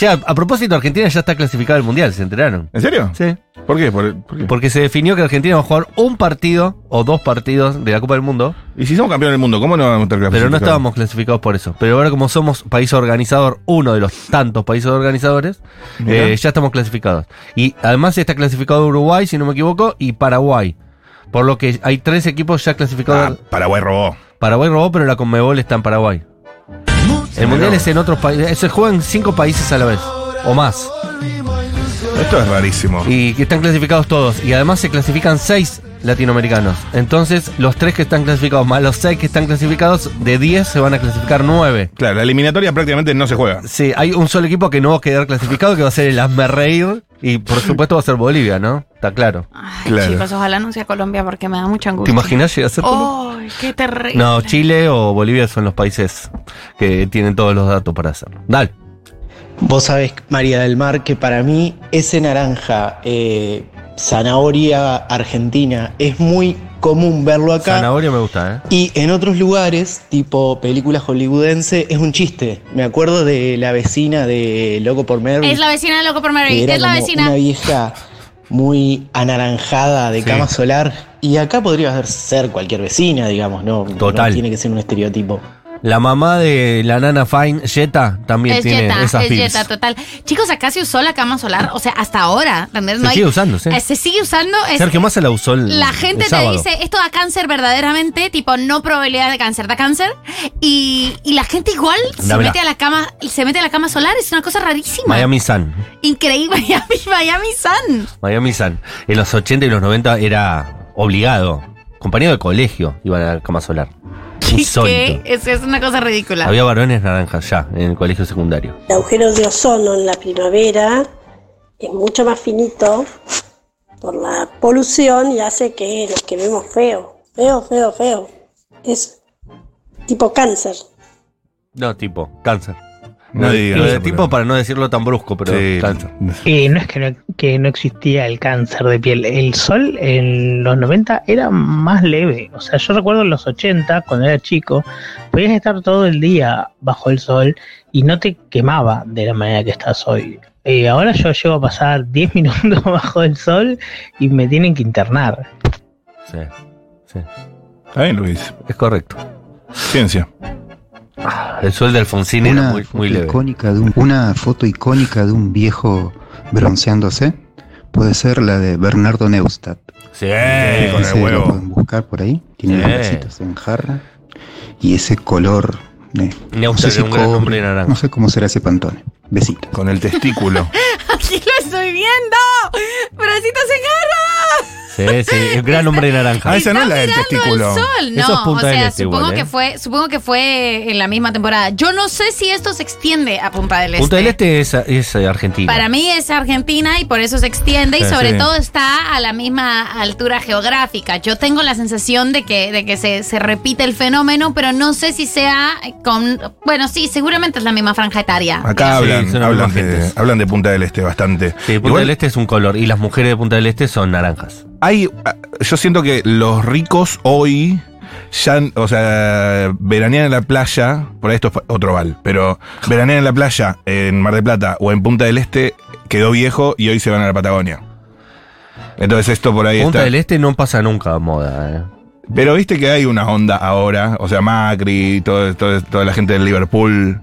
Ya, a propósito, Argentina ya está clasificada al mundial, ¿se enteraron?
¿En serio?
Sí.
¿Por qué? ¿Por, por qué?
Porque se definió que Argentina va a jugar un partido o dos partidos de la Copa del Mundo,
Y si somos campeones del mundo, ¿cómo no vamos a estar
pero no
clasificados?
estábamos clasificados por eso. Pero ahora como somos país organizador, uno de los tantos países organizadores,
Mirá.
eh, ya estamos clasificados. Y además está clasificado Uruguay, si no me equivoco, y Paraguay. Por lo que hay tres equipos ya
Ah,
clasificados.
Paraguay robó.
Paraguay robó, pero la Conmebol está en Paraguay. El mundial es en otros países. Se juega en cinco países a la vez. O más.
Esto es rarísimo.
Y que están clasificados todos. Y además se clasifican seis latinoamericanos. Entonces, los tres que están clasificados más los seis que están clasificados, de 10 se van a clasificar nueve.
Claro, la eliminatoria prácticamente no se juega.
Sí, hay un solo equipo que no va a quedar clasificado, que va a ser el Asmerreir. Y por supuesto va a ser Bolivia, ¿no? Está claro.
Ay,
Claro.
chicos, ojalá no sea Colombia porque me da mucha
¿Te
angustia.
imaginas llegar a ser Colombia?
¡Ay, qué terrible!
No, Chile o Bolivia son los países que tienen todos los datos para hacerlo. Dale.
Vos sabés, María del Mar, que para mí ese naranja, eh, zanahoria argentina, es muy común verlo acá.
Zanahoria me gusta, ¿eh?
Y en otros lugares, tipo películas hollywoodense, es un chiste. Me acuerdo de la vecina de Loco por Mary.
Es la vecina de Loco por Mary.
que era
Es la
como
vecina.
Una vieja muy anaranjada de
Sí.
cama solar. Y acá podría ser cualquier vecina, digamos, ¿no?
Total.
No tiene que ser un estereotipo.
La mamá de la nana Fine, Jetta, también
Es
tiene
Jetta,
esas
es
pibs.
Jetta, total. Chicos, acá se usó la cama solar, o sea, hasta ahora. ¿entendés?
Se
No hay-
sigue usando, sí.
Eh, se sigue usando. es-
Sergio Massa la usó el
la gente
el
te
sábado.
dice, esto da cáncer verdaderamente, tipo, no probabilidad de cáncer, da cáncer. Y, y la gente igual se
Dámela.
mete, a la cama, se mete a la cama solar, es una cosa rarísima.
Miami Sun.
Increíble, Miami, Miami Sun.
Miami Sun. En los 80 y los 90 era obligado. Compañero de colegio iban a la cama solar.
¿Qué?
Insólito.
Es, es una cosa ridícula.
Había varones naranjas ya en el colegio secundario.
El agujero de ozono en la primavera es mucho más finito por la polución y hace que nos quememos feo. Feo, feo, feo. Es tipo cáncer.
No, tipo, cáncer.
No digas
Lo de
eso,
tipo
pero-
para no decirlo tan brusco, pero
Sí.
cáncer.
Eh, no es que no, que no existía el cáncer de piel. El sol en los 90 era más leve. O sea, yo recuerdo en los 80, cuando era chico, podías estar todo el día bajo el sol y no te quemaba de la manera que estás hoy. Eh, ahora yo llego a pasar 10 minutos bajo el sol y me tienen que internar.
Sí, sí.
Está bien, Luis.
Es correcto.
Ciencia.
El sol de Alfonsín era
una
muy,
foto
muy leve.
icónica de un- una foto icónica de un viejo bronceándose puede ser la de Bernardo Neustadt.
Eh, Sí,
Sí, con el
Ese lo
huevo.
pueden buscar por ahí. Tiene
Sí.
los bracitos en jarra y ese color. eh,
Neustadt era un gran
cobre,
hombre de naranja.
no sé cómo será ese pantone. Besitos.
Con el testículo.
Aquí lo estoy viendo. Bracitos en garra.
Sí, sí. El gran hombre de naranja.
Ah, esa no es la del testículo.
Mirando el sol, no.
Eso es Punta
o
del
sea,
Este
supongo
igual, ¿eh?
que fue, supongo que fue en la misma temporada. Yo no sé si esto se extiende a Punta del Este.
Punta del Este es, es Argentina.
Para mí es Argentina y por eso se extiende y
Sí,
sobre
sí.
todo está a la misma altura geográfica. Yo tengo la sensación de que, de que se, se repite el fenómeno, pero no sé si sea con... Bueno, sí, seguramente es la misma franja etaria.
Acá
Sí,
hablan,
son
hablan,
más
de,
gentes.
hablan de Punta del Este bastante.
Sí, Punta
Igual
del Este es un color y las mujeres de Punta del Este son naranjas.
hay, ah, yo siento que los ricos hoy ya, o sea, veranean en la playa, por ahí esto es pa- otro val, pero veranean en la playa en Mar de Plata o en Punta del Este quedó viejo y hoy se van a la Patagonia. Entonces esto por ahí
Punta
está.
del Este no pasa nunca de moda. ¿eh?
Pero viste que hay una onda ahora, o sea, Macri, todo, todo- toda la gente del Liverpool.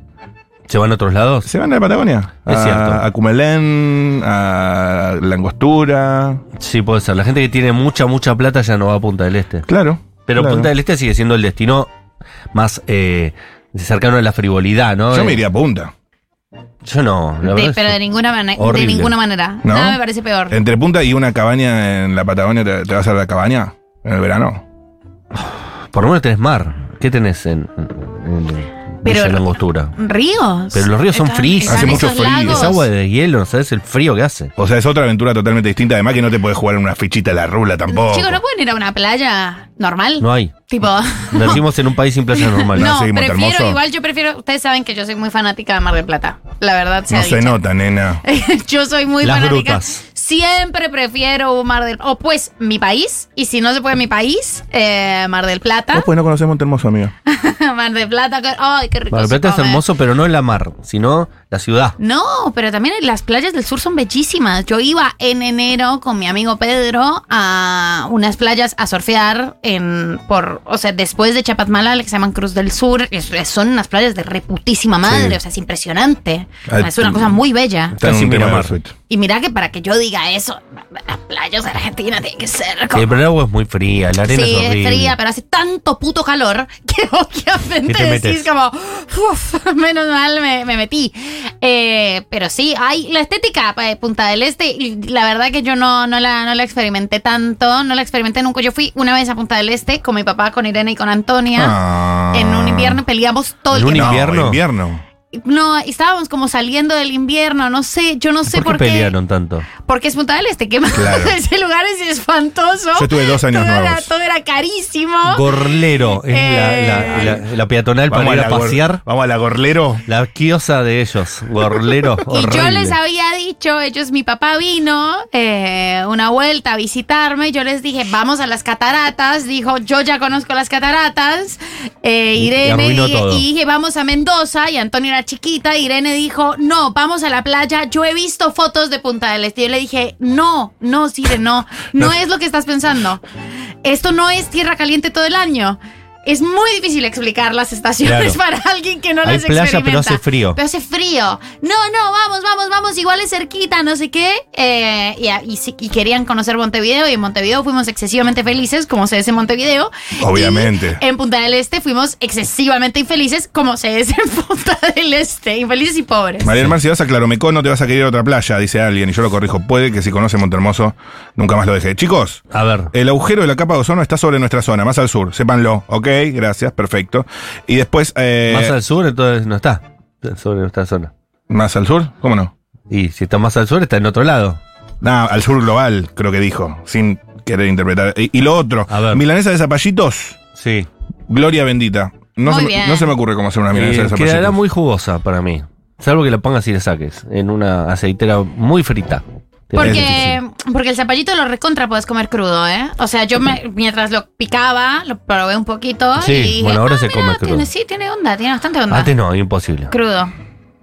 ¿Se van a otros lados?
¿Se van a la Patagonia?
Es
a,
cierto.
A Cumelén, a Langostura.
Sí, puede ser. La gente que tiene mucha, mucha plata ya no va a Punta del Este.
Claro.
Pero
claro.
Punta del Este sigue siendo el destino más eh, cercano a la frivolidad, ¿no? Eh,
Yo me iría a Punta.
Yo no, la
De-
verdad. es-
pero de ninguna, mana- de
horrible.
ninguna manera.
¿No?
Nada me parece peor.
Entre Punta y una cabaña en la Patagonia, ¿te, te vas a la cabaña? En el verano.
Por lo menos tenés mar. ¿Qué tenés en, en, en
Pero-
Villa Langostura?
Ríos.
Pero los ríos son
Están-
fríos.
están
Hace mucho
esos
frío.
lagos.
Es agua de hielo, ¿no ¿sabes? El frío que hace.
O sea, es otra aventura totalmente distinta. Además que no te puedes jugar en una fichita a la rula tampoco.
Chicos, no pueden ir a una playa. normal.
No hay.
Tipo.
Nacimos en un país sin playa normal.
No, prefiero, igual yo prefiero. Ustedes saben que yo soy muy fanática de Mar del Plata. La verdad, sea
No se
dicha.
nota, nena.
yo soy muy
Las
fanática.
grutas.
Siempre prefiero un Mar del O pues mi país. Y si no se puede mi país, eh, Mar del Plata.
Vos pues no conocemos Monte Hermoso, amigo.
Mar del Plata. que- Ay, qué rico.
Mar del
se
Plata es
come.
hermoso, pero no la mar, sino la ciudad.
No, pero también las playas del sur son bellísimas. Yo iba en enero con mi amigo Pedro a unas playas a surfear en por, o sea, después de Chapatmala, que se llaman Cruz del Sur, es- son unas playas de reputísima madre,
Sí.
o sea, es impresionante.
Ah,
Es una cosa muy bella.
Está en
Casi
un tema de
Miramar.
suite.
Y mira que para que yo diga eso, las playas de Argentina tienen que ser
Eh,
como-
pero el agua es muy fría, la arena
Sí,
es horrible.
es fría, pero hace tanto puto calor que
¿Qué
obviamente
te
decís
metes?
como, "Uf, menos mal me, me metí. Eh, pero sí, hay la estética de Punta del Este, y la verdad que yo no, no, la, no la experimenté tanto, no la experimenté nunca. Yo fui una vez a Punta del Este con mi papá, con Irene y con Antonia.
Ah.
En un invierno y peleamos todo el
¿En un
tiempo.
invierno?
No, invierno.
No, estábamos como saliendo del invierno, no sé, yo no sé
¿Por qué
por qué.
pelearon tanto?
Porque es Punta del Este, que
Claro.
ese lugar es espantoso.
Yo tuve dos años
todo, era,
nuevos.
todo era carísimo.
Gorlero es la,
eh,
la- la- la peatonal para ir a
gor-
pasear.
Vamos a la gorlero.
La quiosa de ellos, Gorlero.
Y yo
horrible.
les había dicho, ellos, mi papá vino eh, una vuelta a visitarme, yo les dije, vamos a las cataratas, dijo, yo ya conozco las cataratas, Eh,
Y- y
Irene,
arruinó
dije-
todo.
y dije, vamos a Mendoza, y Antonio era chiquita, Irene dijo, no, vamos a la playa, yo he visto fotos de Punta del Este, yo le dije, no, no, Sire, no, no es lo que estás pensando, esto no es tierra caliente todo el año. Es muy difícil explicar las estaciones
Claro.
para alguien que no
Hay
las
playa, pero
experimenta.
hace
Oh.
frío.
Pero hace frío. No, no, vamos, vamos, vamos. Igual es cerquita, no sé qué. Eh, y, a- y sí- y querían conocer Montevideo. Y en Montevideo fuimos excesivamente felices, como se dice en Montevideo.
Obviamente.
Y en Punta del Este fuimos excesivamente infelices, como se dice en Punta del Este. Infelices y pobres.
María del Mar, si vas a Claromecó no te vas a querer ir a otra playa, dice alguien, y yo lo corrijo. Puede que si conoce Montermoso nunca más lo deje. Chicos,
A ver,
el agujero de la capa de ozono está sobre nuestra zona, más al sur, sépanlo. Ok, gracias, perfecto. Y después, eh,
más al sur entonces no está sobre nuestra zona.
¿más al sur? ¿Cómo no?
Y si está más al sur está en otro lado.
Nah, al sur global, creo que dijo, sin querer interpretar. Y, y lo otro,
A ver.
milanesa de zapallitos,
Sí.
gloria bendita. No,
Muy
se, me-
bien.
no se me ocurre cómo hacer una milanesa de
Eh,
zapallitos.
quedará muy jugosa para mí. Salvo que la pongas y la saques en una aceitera muy frita.
Porque, porque el zapallito lo recontra puedes comer crudo, ¿eh? O sea, yo me- mientras lo picaba, lo probé un poquito.
Sí,
y dije,
bueno, ahora
"Ah,
se
mira,
come crudo". Ah,
tiene- sí, tiene onda, tiene bastante onda.
Antes no, imposible.
Crudo.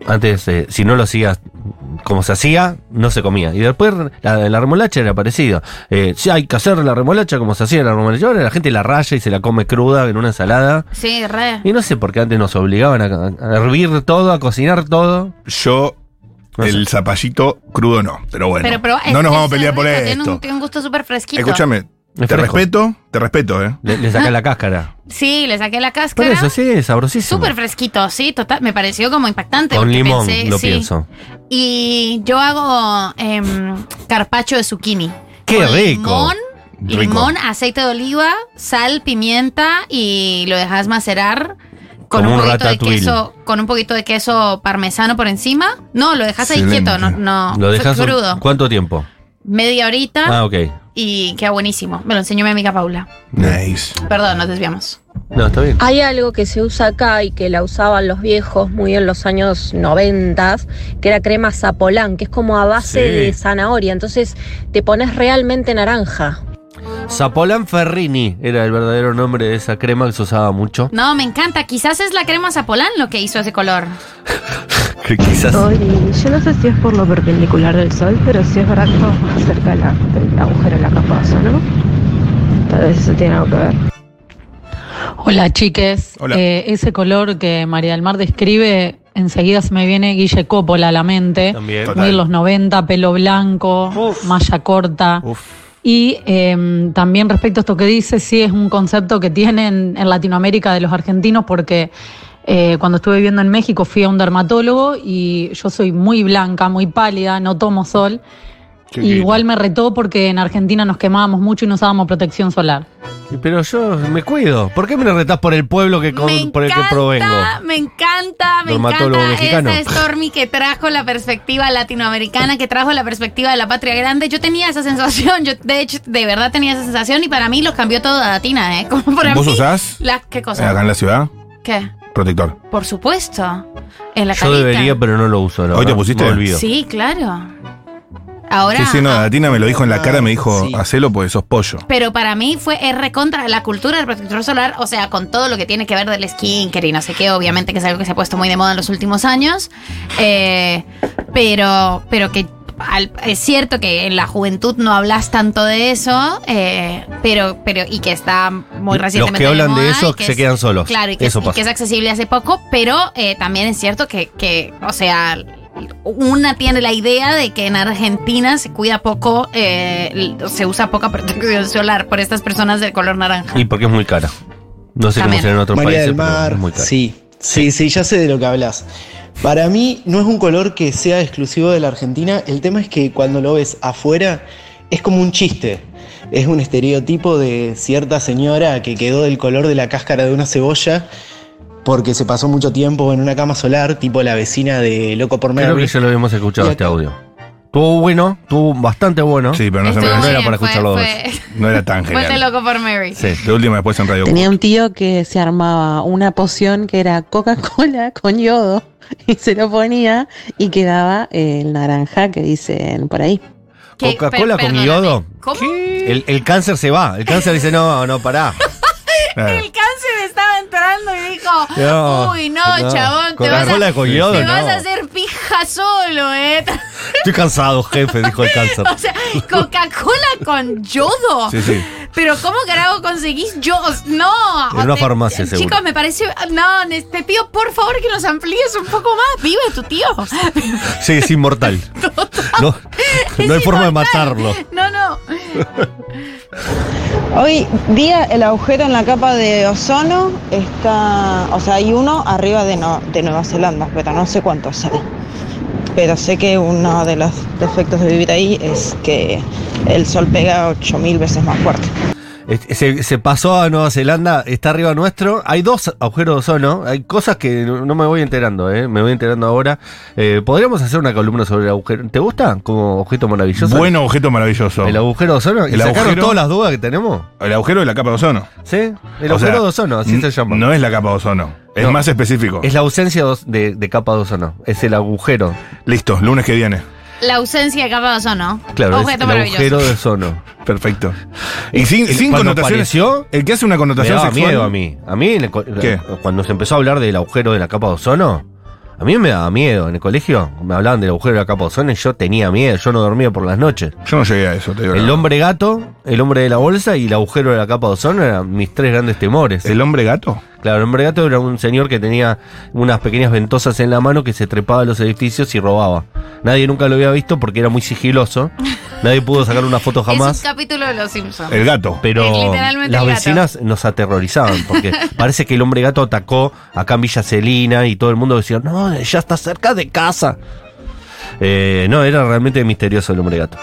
Antes, eh, si no lo hacías como se hacía, no se comía. Y después la, la remolacha era parecido. Eh, sí, hay que hacer la remolacha como se hacía la remolacha. Ahora la gente la raya y se la come cruda en una ensalada.
Sí, re.
Y no sé por qué antes nos obligaban a, a hervir todo, a cocinar todo.
Yo,
No sé.
el zapallito crudo no, pero bueno.
Pero, pero es
no nos
que
vamos a
es
pelear por
rico, Tiene un,
esto.
tiene un gusto súper fresquito.
Escúchame,
Es
te
fresco.
respeto, te respeto, ¿eh?
Le, le saca la cáscara.
Sí, le saqué la
Por
cáscara.
eso, sí, sabrosísimo.
Súper fresquito, sí, total. Me pareció como impactante.
Con
porque
limón,
pensé-
lo
sí.
pienso.
Y yo hago em, carpacho de zucchini.
¡Qué
Con
rico!
Limón,
Rico.
limón, aceite de oliva, sal, pimienta y lo dejas macerar. Con
Como
un,
un
poquito de
ratatouille.
queso, con un poquito de queso parmesano por encima. No, lo dejas ahí
Excelente.
quieto, no, no
¿Lo dejas un-
Oh, crudo.
cuánto tiempo?
Media horita
Ah, ok.
y queda buenísimo. Me lo enseñó mi amiga Paula.
Nice.
Perdón, nos desviamos.
No, está bien.
Hay algo que se usa acá y que la usaban los viejos muy en los años 90, que era crema zapolán, que es como a base
Sí.
de zanahoria. Entonces te pones realmente naranja.
Zapolán Ferrini era el verdadero nombre de esa crema que se usaba mucho.
No, me encanta. Quizás es la crema zapolán lo que hizo ese color.
Que quizás.
yo no sé si es por lo perpendicular del sol, pero sí es verdad que estamos más cerca del agujero de la capa de ozono. Tal vez eso tiene algo que ver. Hola, chiques.
Hola.
Eh, ese color que María del Mar describe, enseguida se me viene Guille Coppola a la mente.
También.
Total.
Muy los 90, pelo blanco, malla corta.
Uf.
Y eh, también respecto a esto que dice, sí es un concepto que tienen en Latinoamérica de los argentinos, porque eh, cuando estuve viviendo en México fui a un dermatólogo y yo soy muy blanca, muy pálida, no tomo sol.
Igual me retó porque en Argentina nos quemábamos mucho y no usábamos protección solar.
Pero yo me cuido. ¿Por qué me lo retás por el pueblo que con- por el que provengo?
Ah, me encanta, me
Dermatólogo
encanta
mexicano.
esa Stormy que trajo la perspectiva latinoamericana, que trajo la perspectiva de la patria grande. Yo tenía esa sensación, yo de hecho, de verdad tenía esa sensación y para mí lo cambió todo a Latina, ¿eh? Como para
¿Vos
mí,
usás?
La, ¿Qué cosa?
Acá en la ciudad,
¿Qué?
protector.
Por supuesto. En la
Yo
carita.
debería, pero no lo uso.
¿Hoy te pusiste?
Sí, claro. Ahora.
Sí, sí, no, la Tina me lo dijo en la cara, me dijo, hacelo porque sos pollo.
Pero para mí fue R contra la cultura del protector solar, o sea, con todo lo que tiene que ver del skinker y no sé qué, obviamente que es algo que se ha puesto muy de moda en los últimos años. Eh, pero, pero que al- es cierto que en la juventud no hablas tanto de eso, eh, pero, pero, y que está muy
Los
recientemente.
que hablan de
moda
eso
y que
se
es-
quedan solos.
Claro, y que,
Eso
es, y
pasa.
que es accesible hace poco, pero eh, también es cierto que, que, o sea, una tiene la idea de que en Argentina se cuida poco, eh, l- se usa poca protección solar por estas personas de color naranja.
Y porque es muy cara. No sé
También.
cómo será en otros
María
países,
del Mar,
pero es muy cara.
sí, sí, sí, ya sé de lo que hablas. Para mí no es un color que sea exclusivo de la Argentina, el tema es que cuando lo ves afuera es como un chiste, es un estereotipo de cierta señora que quedó del color de la cáscara de una cebolla porque se pasó mucho tiempo en una cama solar, tipo la vecina de Loco por
Creo
Mary.
que ya lo habíamos escuchado
Y
este audio. Estuvo bueno, estuvo bastante bueno. Sí,
pero no se
Estuvo
me-
bien,
no era
para
fue-
escucharlo dos
fue-
No era tan
fue de
genial.
loco por Mary.
Sí, de última después en Radio
Tenía un tío que se armaba una poción que era Coca-Cola con yodo y se lo ponía y quedaba el naranja que dicen por ahí.
Que-
Coca-Cola
per-
con
perdóname,
yodo.
¿Cómo?
El, el cáncer se va. El cáncer dice, no, no, pará.
El cáncer estaba entrando y dijo,
No,
uy, no,
no.
chabón, te vas,
Coca-Cola
a,
con yodo,
te
no.
vas a hacer pija solo, eh.
Estoy cansado, jefe, dijo el cáncer.
O sea, Coca-Cola con yodo.
Sí, sí.
Pero ¿cómo carajo conseguís yo? No.
En una
Te-
farmacia, seguro.
Chicos, me parece... No, ne- te pido por favor que nos amplíes un poco más. Vive tu tío.
Sí, es inmortal. No, no hay forma de matarlo.
No, no.
Hoy día el agujero en la capa de ozono está, o sea, hay uno arriba de, no- de Nueva Zelanda, pero no sé cuántos hay. Pero sé que uno de los defectos de vivir ahí es que el sol pega 8000 veces más fuerte.
Este, Se, se pasó a Nueva Zelanda, está arriba nuestro. Hay dos agujeros de ozono. Hay cosas que no no me voy enterando, ¿eh? me voy enterando ahora. Eh, Podríamos hacer una columna sobre el agujero. ¿Te gusta como objeto maravilloso?
Buen objeto maravilloso.
El agujero de ozono. ¿Y
El
sacaron
agujero-
todas las dudas que tenemos?
El agujero de la capa de ozono.
¿Sí? El
O
agujero
sea,
de ozono, así
n-
se llama.
No es la capa de ozono. Es
No.
más específico.
Es la ausencia de os- de, de capa de ozono. Es el agujero.
Listo, lunes que viene.
La ausencia de capa de ozono.
Claro, es
Objeto
el
maravilloso.
agujero de ozono.
Perfecto. Y sin,
El-
sin
cuando
connotaciones.
apareció,
el que hace una connotación
me daba
sexual.
miedo a mí. A mí, en el co- eh,
¿Qué?
cuando se empezó a hablar del agujero de la capa de ozono, a mí me daba miedo. En el colegio me hablaban del agujero de la capa de ozono y yo tenía miedo. Yo no dormía por las noches.
Yo no llegué a eso, te digo.
El
la
hombre gato, el hombre de la bolsa y el agujero de la capa de ozono eran mis tres grandes temores.
¿El hombre gato?
Claro, el hombre gato era un señor que tenía unas pequeñas ventosas en la mano que se trepaba a los edificios y robaba. Nadie nunca lo había visto porque era muy sigiloso. Nadie pudo sacar una foto jamás. Eh.
Es un capítulo de Los Simpsons.
gato. Pero
Es literalmente
las
el gato.
vecinas nos aterrorizaban porque parece que el hombre gato atacó acá en Villa Celina y todo el mundo decía, no, ya está cerca de casa. Eh, no, era realmente misterioso el hombre gato.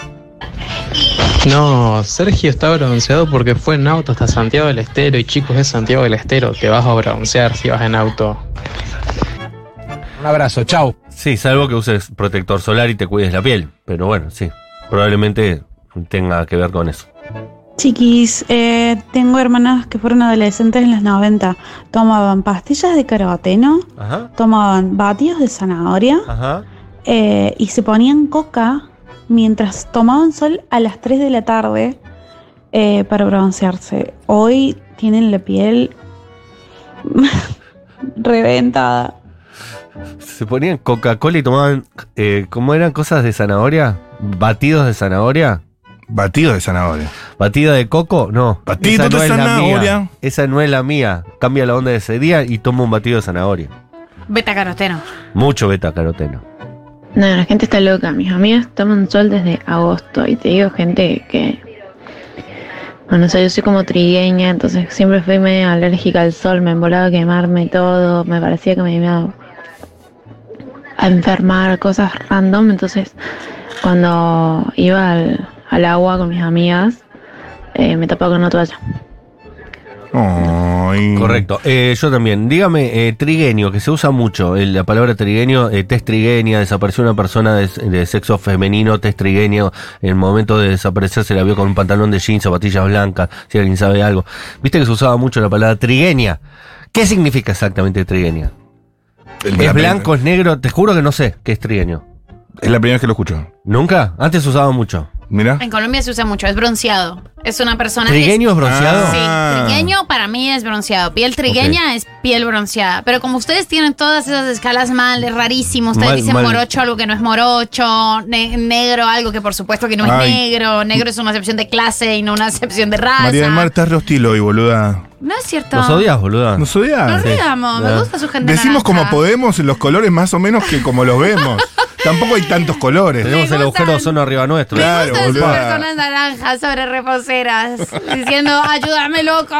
No, Sergio está bronceado porque fue en auto hasta Santiago del Estero y chicos es Santiago del Estero, te vas a broncear si vas en auto.
Un abrazo, chau. Sí, salvo que uses protector solar y te cuides la piel. Pero bueno, sí, probablemente tenga que ver con eso.
Chiquis, eh, tengo hermanas que fueron adolescentes en los 90. Tomaban pastillas de caroteno,
Ajá.
tomaban batidos de zanahoria
Ajá.
eh, y se ponían coca mientras tomaban sol a las 3 de la tarde eh, para broncearse. Hoy tienen la piel reventada.
Se ponían Coca-Cola y tomaban, eh, ¿cómo eran cosas de zanahoria? ¿Batidos de zanahoria?
Batidos de zanahoria.
¿Batida de coco? No.
Batido
Esa no
de
es la
zanahoria.
mía. Esa no es la mía. Cambia la onda de ese día y toma un batido de zanahoria.
Beta caroteno.
Mucho beta caroteno.
No, la gente está loca. Mis amigas toman sol desde agosto y te digo, gente que. Bueno, o sea, yo soy como trigueña, entonces siempre fui medio alérgica al sol, me embolaba a quemarme todo, me parecía que me iba a enfermar, cosas random, entonces Cuando iba al, al agua con mis amigas, eh, me tapaba con una toalla.
Correcto. Eh, yo también. Dígame, eh, trigueño, que se usa mucho el- la palabra trigueño, eh, test trigueña, desapareció una persona de, de sexo femenino, test trigueño, en el momento de desaparecer se la vio con un pantalón de jeans, zapatillas blancas, si alguien sabe algo. Viste que se usaba mucho la palabra trigueña. ¿Qué significa exactamente trigueña?
El de la
¿Es
peli-
blanco, es negro? Te juro que no sé qué es trigueño.
Es la primera vez que lo escucho.
¿Nunca? Antes se usaba mucho.
Mira.
En Colombia se usa mucho, es bronceado. Es una persona.
¿Trigueño es bronceado?
Ah.
Sí, trigueño para mí es bronceado. Piel trigueña es piel bronceada. Pero como ustedes tienen todas esas escalas mal, es rarísimo. Ustedes
Mal,
dicen
mal.
morocho algo que no es morocho, ne- negro algo que por supuesto que no
Ay.
es negro. Negro es una acepción de clase y no una acepción de raza.
María del Mar, estás re hostil hoy, boluda.
No es cierto.
boluda?
¿Nos odias?
Nos odiamos, me gusta su gente
Decimos
naranja.
como podemos los colores más o menos que como los vemos. Tampoco hay tantos colores.
Tenemos el agujero de ozono arriba nuestro.
Claro,
Estas
boluda.
personas naranjas sobre reposeras diciendo ayúdame loco.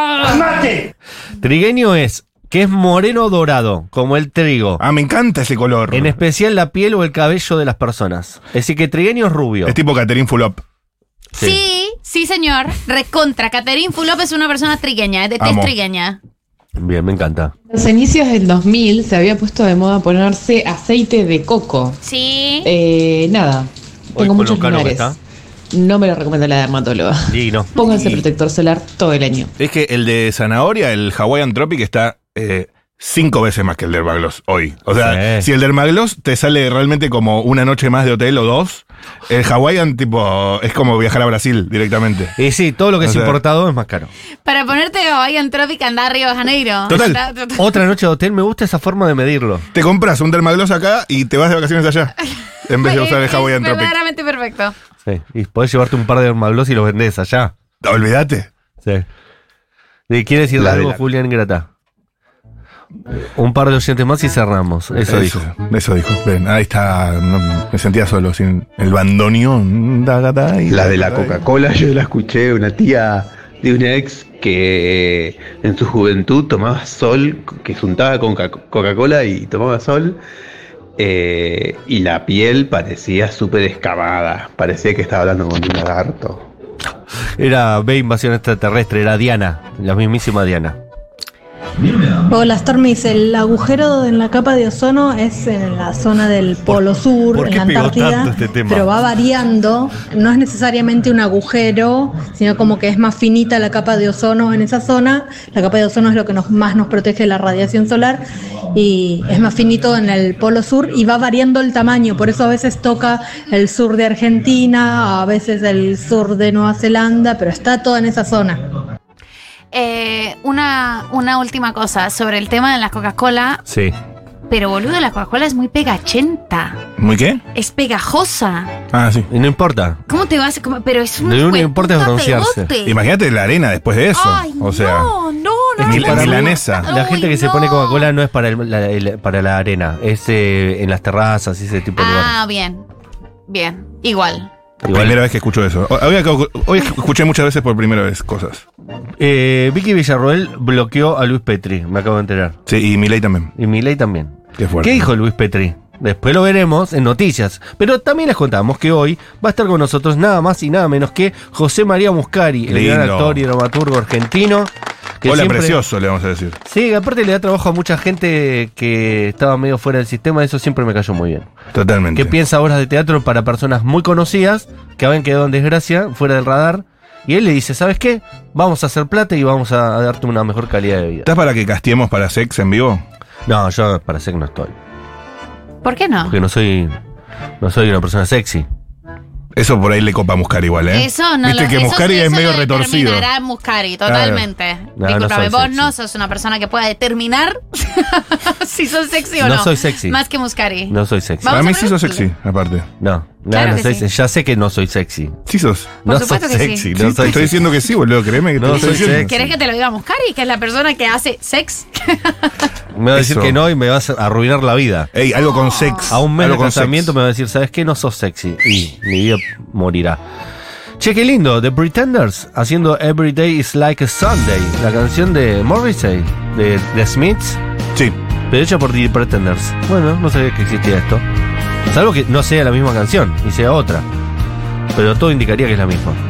Trigueño es que es moreno dorado, como el trigo.
Ah, me encanta ese color.
En especial la piel o el cabello de las personas. Es decir, que trigueño es rubio.
Es tipo Caterín Fulop.
Sí, sí, señor. Recontra. Caterín Fulop es una persona trigueña, es de tez
Amo.
trigueña.
Bien, me encanta.
los inicios del 2000 se había puesto de moda ponerse aceite de coco.
Sí.
Eh, nada, tengo muchos lunares. No me lo recomienda la dermatóloga.
Digno.
Pónganse protector solar todo el año.
Es que el de zanahoria, el Hawaiian Tropic, está eh, cinco veces más que el de Hermagloss hoy. O sea,
Sí.
si el de Hermagloss te sale realmente como una noche más de hotel o dos, el Hawaiian, tipo, es como viajar a Brasil directamente.
Y eh, sí, todo lo que
O
es
sea-
importado es más caro.
Para ponerte Hawaiian Tropic andar a Río de Janeiro. Está-
Total.
total.
Otra noche de hotel, me gusta esa forma de medirlo.
Te compras un Dermagloss acá y te vas de vacaciones allá. En vez de usar el
Es
Hawaiian Tropic.
verdaderamente perfecto.
Sí. Y podés llevarte un par de hermaglos y los vendés allá.
Olvídate.
Sí. ¿Y ¿Quieres decir
La de
algo,
la-
Julián Grata? Un par de oyentes más y cerramos. Eso, dijo.
Eso dijo. Ven, ahí está. no, me sentía solo, sin el bandoneón.
La de
Ah.
la Coca-Cola yo la escuché, una tía de una ex que eh, en su juventud tomaba sol, que se untaba con ca- Coca-Cola y tomaba sol, eh, y la piel parecía súper escamada, parecía que estaba hablando con un lagarto.
Era B invasión extraterrestre, era Diana, la mismísima Diana.
Hola Stormis, el agujero en la capa de ozono es en la zona del Polo Sur,
por
en
qué
la
pegó
Antártida,
tanto este tema?
pero va variando, no es necesariamente un agujero, sino como que es más finita la capa de ozono en esa zona, la capa de ozono es lo que nos, más nos protege de la radiación solar y es más finito en el Polo Sur y va variando el tamaño, por eso a veces toca el sur de Argentina, a veces el sur de Nueva Zelanda, pero está todo en esa zona.
Eh, una, una última cosa sobre el tema de la Coca-Cola.
Sí.
Pero boludo, la Coca-Cola es muy pegachenta.
¿Muy qué?
Es pegajosa.
Ah, sí.
Y no importa.
¿Cómo te vas a comer? Pero es un
No
hijueputa
importa es broncearse.
pegote.
Imagínate la arena después de eso.
Ay,
o sea,
No, no, no.
mil-
no, no.
milanesa.
La gente que se pone Coca-Cola no es para, el- la, el- para la arena, es eh, en las terrazas y ese tipo de lugares.
Ah, bien. Bien. Igual.
primera vez que escucho eso. Hoy, acabo- hoy escuché muchas veces por primera vez cosas.
Eh, Vicky Villarroel bloqueó a Luis Petri, me acabo de enterar.
Sí, y Milei también.
Y Milei también.
Qué fuerte.
¿Qué dijo Luis Petri? Después lo veremos en noticias. Pero también les contamos que hoy va a estar con nosotros nada más y nada menos que José María Muscari, el gran
Lindo.
actor y dramaturgo argentino. que
Hola,
siempre-
precioso, le vamos a decir.
Sí, aparte le da trabajo a mucha gente que estaba medio fuera del sistema, eso siempre me cayó muy bien.
Totalmente.
Que piensa obras de teatro para personas muy conocidas, que habían quedado en desgracia, fuera del radar, y él le dice, ¿sabes qué? Vamos a hacer plata y vamos a darte una mejor calidad de vida.
¿Estás para que castiemos para sex en vivo?
No, yo para sex no estoy.
¿Por qué no?
Porque no soy, no soy una persona sexy.
Eso por ahí le copa a Muscari igual, ¿eh?
Eso no
Viste
lo
que
eso-
Muscari
eso
es
lo
medio retorcido.
determinará Muscari, totalmente.
no
Disculpame,
soy
vos
sexy.
no sos una persona que pueda determinar si sos sexy o no.
No soy sexy.
Más que Muscari.
No soy sexy.
Vamos
Para
a
mí
ver-
sí sos sexy, aparte.
No, no,
Claro
no
que
soy-
sí.
ya sé que no soy sexy.
Sí sos.
Por
No soy
supuesto que sí.
sexy, no
Sí,
soy
te estoy
sexy.
diciendo que sí, boludo, créeme que te
No
lo estoy
soy
diciendo.
sexy.
¿Querés que te lo diga Muscari, que es la persona que hace sex?
Me va a decir que no y me vas a arruinar la vida.
Ey, algo con sex.
A un mes
Algo
de
con
casamiento me va a decir, ¿sabes qué? No sos sexy. Y mi vida morirá. Che, qué lindo. The Pretenders haciendo Every Day is Like a Sunday. La canción de Morrissey, de The Smiths.
Sí.
Pero hecha por The Pretenders. Bueno, no sabía que existía esto. Salvo que no sea la misma canción y sea otra. Pero todo indicaría que es la misma.